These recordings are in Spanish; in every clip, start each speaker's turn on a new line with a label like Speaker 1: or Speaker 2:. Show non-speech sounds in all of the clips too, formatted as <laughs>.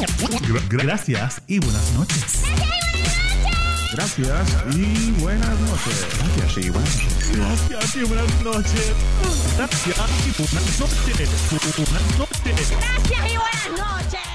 Speaker 1: Gra- gracias y buenas noches.
Speaker 2: Gracias y buenas noches. Gracias y buenas noches.
Speaker 1: Gracias y buenas noches. Gracias y buenas noches. Buenas noches.
Speaker 3: Gracias y buenas noches.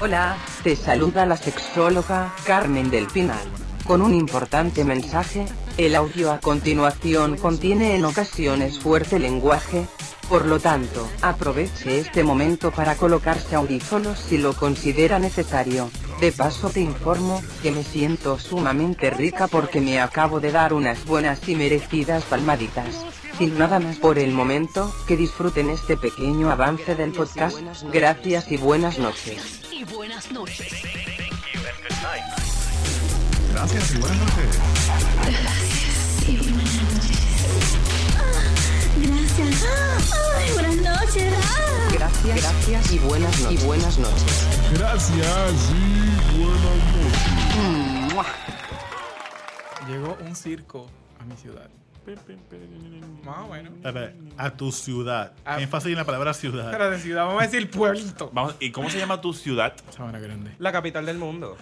Speaker 4: Hola, te saluda la sexóloga Carmen del Pinal. Con un importante mensaje, el audio a continuación contiene en ocasiones fuerte lenguaje, por lo tanto, aproveche este momento para colocarse audífonos si lo considera necesario. De paso te informo que me siento sumamente rica porque me acabo de dar unas buenas y merecidas palmaditas. Sin nada más por el momento, que disfruten este pequeño avance del podcast. Gracias y buenas noches.
Speaker 3: Y buenas noches.
Speaker 2: Gracias y buenas noches.
Speaker 5: Sí, buenas noches. Ah, Gracias. Ah, ay, buenas noches. Ah.
Speaker 4: Gracias, gracias y buenas, no- y buenas noches.
Speaker 2: Gracias y buenas noches.
Speaker 6: Llegó un circo a mi ciudad. Más o menos.
Speaker 1: Espera, A tu ciudad.
Speaker 6: A-
Speaker 1: Énfasis en la palabra ciudad.
Speaker 6: Pero de ciudad, vamos a decir pueblito.
Speaker 7: Vamos, ¿Y cómo se llama tu ciudad?
Speaker 6: Sabana Grande.
Speaker 8: La capital del mundo.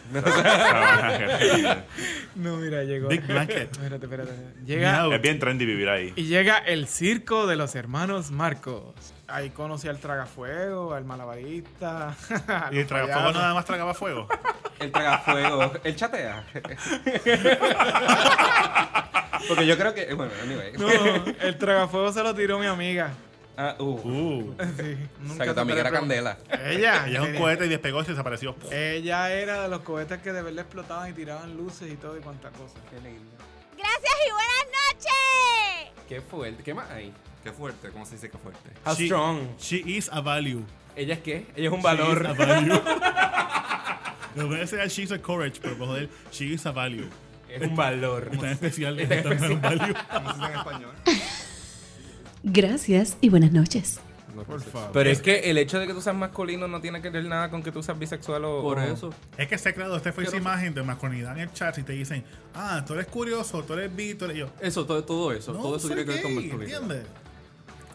Speaker 6: No, mira, llegó.
Speaker 1: Dick Blanket.
Speaker 6: Espérate, espérate. Llega.
Speaker 1: Miau.
Speaker 7: es bien trendy vivir ahí.
Speaker 6: Y llega el circo de los hermanos Marcos. Ahí conocí al tragafuego, al <laughs> malabarista. al
Speaker 1: Y el tragafuego
Speaker 6: payaso.
Speaker 1: nada más tragaba
Speaker 6: <laughs>
Speaker 1: fuego.
Speaker 8: El tragafuego. El chatea. Porque yo creo que. eh, Bueno, anyway.
Speaker 6: No, el tragafuego se lo tiró mi amiga.
Speaker 8: Ah, uh,
Speaker 1: Uh.
Speaker 6: Sí,
Speaker 8: o
Speaker 6: nunca
Speaker 8: sea, que tu
Speaker 6: te
Speaker 8: amiga era
Speaker 6: atrevo.
Speaker 8: candela.
Speaker 1: Ella
Speaker 6: Ella.
Speaker 1: es un
Speaker 6: tenía-
Speaker 1: cohete y despegó y se desapareció.
Speaker 6: Ella era de los cohetes que de verdad explotaban y tiraban luces y todo y cuanta cosa.
Speaker 8: Qué lindo.
Speaker 3: Gracias y buenas noches.
Speaker 9: Qué fuerte. ¿Qué más hay?
Speaker 8: Qué fuerte. ¿Cómo se dice que fuerte?
Speaker 9: How
Speaker 1: Sí.
Speaker 9: strong.
Speaker 1: She is a value.
Speaker 9: ¿Ella es qué? Ella es un
Speaker 1: She is a
Speaker 9: valor.
Speaker 1: value. <laughs> Lo voy a decir es she is a courage, pero joder, she is a value.
Speaker 9: <laughs> Es un valor.
Speaker 1: Es tan especial.
Speaker 9: Es tan
Speaker 1: Es tan
Speaker 9: especial.
Speaker 1: value.
Speaker 8: ¿Cómo se dice en español?
Speaker 5: Gracias y buenas noches.
Speaker 6: Por favor.
Speaker 8: Pero es que el hecho de que tú seas masculino no tiene que ver nada con que tú seas bisexual o.
Speaker 9: Por
Speaker 8: o-
Speaker 9: eso.
Speaker 1: Es que se ha creado esta falsa imagen de masculinidad en el chat y te dicen, ah, tú eres curioso, tú eres bi, tú eres yo.
Speaker 9: Eso, todo, todo eso.
Speaker 1: No,
Speaker 9: todo eso
Speaker 1: soy
Speaker 9: tiene que ver con
Speaker 1: gay,
Speaker 9: masculinidad.
Speaker 1: ¿Entiendes?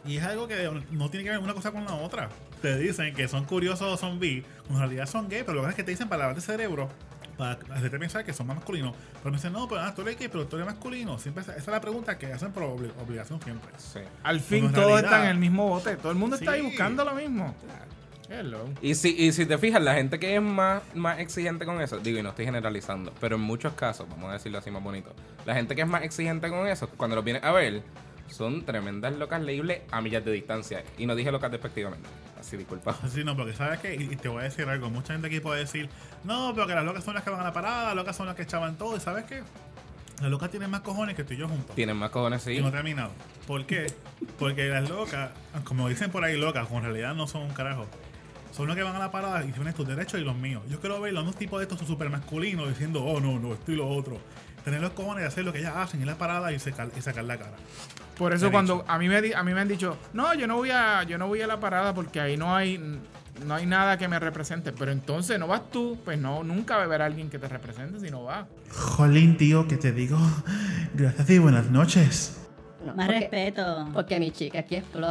Speaker 1: Y es algo que no tiene que ver una cosa con la otra. Te dicen que son curiosos o son bi, en realidad son gay, pero lo que pasa es que te dicen palabras de cerebro para hacerte pensar que son más masculinos. Pero me dicen, no, pero ah, tú eres gay, pero tú eres masculino. Siempre, esa esa es la pregunta que hacen por obli- obligación siempre.
Speaker 8: Sí.
Speaker 6: Al fin
Speaker 1: en
Speaker 6: todos
Speaker 1: realidad-
Speaker 6: están en el mismo bote. Todo el mundo está ahí
Speaker 1: Sí.
Speaker 6: buscando lo mismo. Hello.
Speaker 8: Y si, y si te fijas, la gente que es más, más exigente con eso, digo, y no estoy generalizando, pero en muchos casos, vamos a decirlo así más bonito, la gente que es más exigente con eso, cuando lo vienes a ver, son tremendas locas leíbles a millas de distancia. Y no dije locas despectivamente. Así, disculpa. <laughs>
Speaker 1: Sí, no, porque sabes que, y y te voy a decir algo, mucha gente aquí puede decir, no, pero que las locas son las que van a la parada, las locas son las que echaban todo, y sabes qué? Las locas tienen más cojones que tú y yo juntos.
Speaker 8: Tienen más cojones, sí.
Speaker 1: Y no he terminado. ¿Por qué? Porque las locas, como dicen por ahí locas, con realidad no son un carajo. Son los que van a la parada y tienen tus derechos y los míos. Yo quiero ver los dos tipos de estos super masculinos diciendo, oh no, no, esto y lo otro. Tener los cojones de hacer lo que ellas hacen en la parada y sacar, y sacar la cara.
Speaker 6: Por
Speaker 1: Te
Speaker 6: eso
Speaker 1: he
Speaker 6: cuando a mí me di- a mí me han dicho, "No, yo no voy a yo no voy a la parada porque ahí no hay no hay nada que me represente." Pero entonces no vas tú, pues no nunca va a haber alguien que te represente si no vas.
Speaker 1: Jolín, tío, que te digo, gracias y buenas noches.
Speaker 10: No,
Speaker 5: Más
Speaker 10: porque,
Speaker 5: respeto.
Speaker 10: porque mi chica aquí es plus.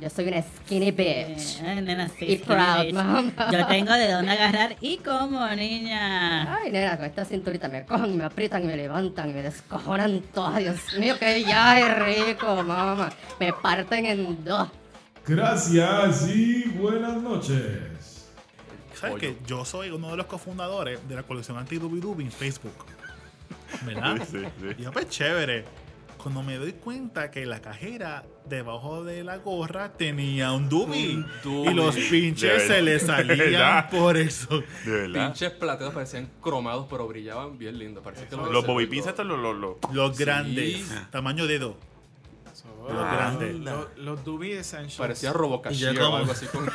Speaker 10: Yo soy una skinny bitch.
Speaker 5: Eh, nena, sí,
Speaker 10: Y
Speaker 5: sí,
Speaker 10: proud,
Speaker 5: bitch.
Speaker 10: mamá.
Speaker 5: Yo tengo de dónde agarrar y cómo, niña.
Speaker 10: Ay, nena, con esta cinturita me cogen, me aprietan, me levantan, me descojonan todas. Dios mío, qué viaje rico, mamá. Me parten en dos.
Speaker 2: Gracias y buenas noches.
Speaker 1: ¿Sabes que Yo soy uno de los cofundadores de la colección anti-dubidubi en Facebook. ¿Verdad?
Speaker 7: <laughs> Sí, sí.
Speaker 1: Y yo, pues chévere. Cuando me doy cuenta que la cajera debajo de la gorra tenía un dubi.
Speaker 9: dubi.
Speaker 1: Y los
Speaker 7: De
Speaker 1: pinches
Speaker 7: verdad.
Speaker 1: se le
Speaker 7: De
Speaker 1: salían
Speaker 7: verdad.
Speaker 1: por eso.
Speaker 7: De verdad.
Speaker 9: Pinches plateados parecían cromados, pero brillaban bien lindos. Parecía que
Speaker 7: Los Bobby Pins estos los. los- los-
Speaker 1: Los
Speaker 9: Sí.
Speaker 1: grandes. Tamaño dedo. Los
Speaker 7: Ah.
Speaker 1: grandes.
Speaker 6: Los, los Doobie Essentials.
Speaker 9: Parecía Robocashio
Speaker 1: Y ya
Speaker 9: o
Speaker 1: como-
Speaker 9: algo así con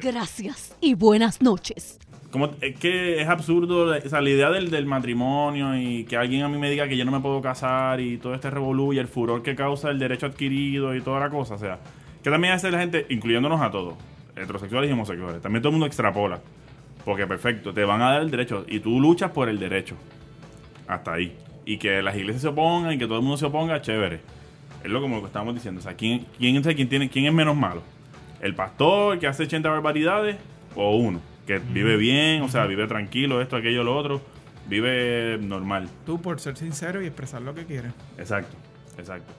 Speaker 5: Gracias y buenas noches.
Speaker 11: Como, es que es absurdo la- o sea, la idea del, del matrimonio y que alguien a mí me diga que yo no me puedo casar y todo este revolú y el furor que causa el derecho adquirido y toda la cosa. O sea, que también hace la gente, incluyéndonos a todos, heterosexuales y homosexuales, también todo el mundo extrapola. Porque perfecto, te van a dar el derecho y tú luchas por el derecho. Hasta ahí. Y que las iglesias se opongan y que todo el mundo se oponga, chévere. Es lo como lo que estábamos diciendo. O sea, ¿quién, quién, es el- quién tiene, ¿quién es menos malo? el pastor que hace 80 barbaridades o uno que vive bien, o sea, vive tranquilo, esto, aquello, lo otro, vive normal.
Speaker 6: Tú por ser sincero y expresar lo que quieres.
Speaker 11: Exacto, exacto.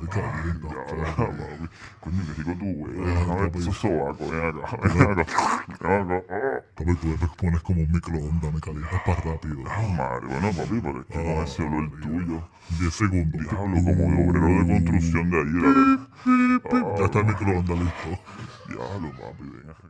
Speaker 12: Me calienta, mami. Coño, qué rico tú, güey. Déjame ver esos sobacos. Ven acá, ven acá. Ven acá. Papi, tú después pones como un microondas, me calientas para rápido. Ah, madre, bueno, papi, pero es que con ese olor tuyo. 10 segundos. Diablo, como de obrero de construcción de ayer. Ya está el microondas listo. Diablo, papi, ven acá.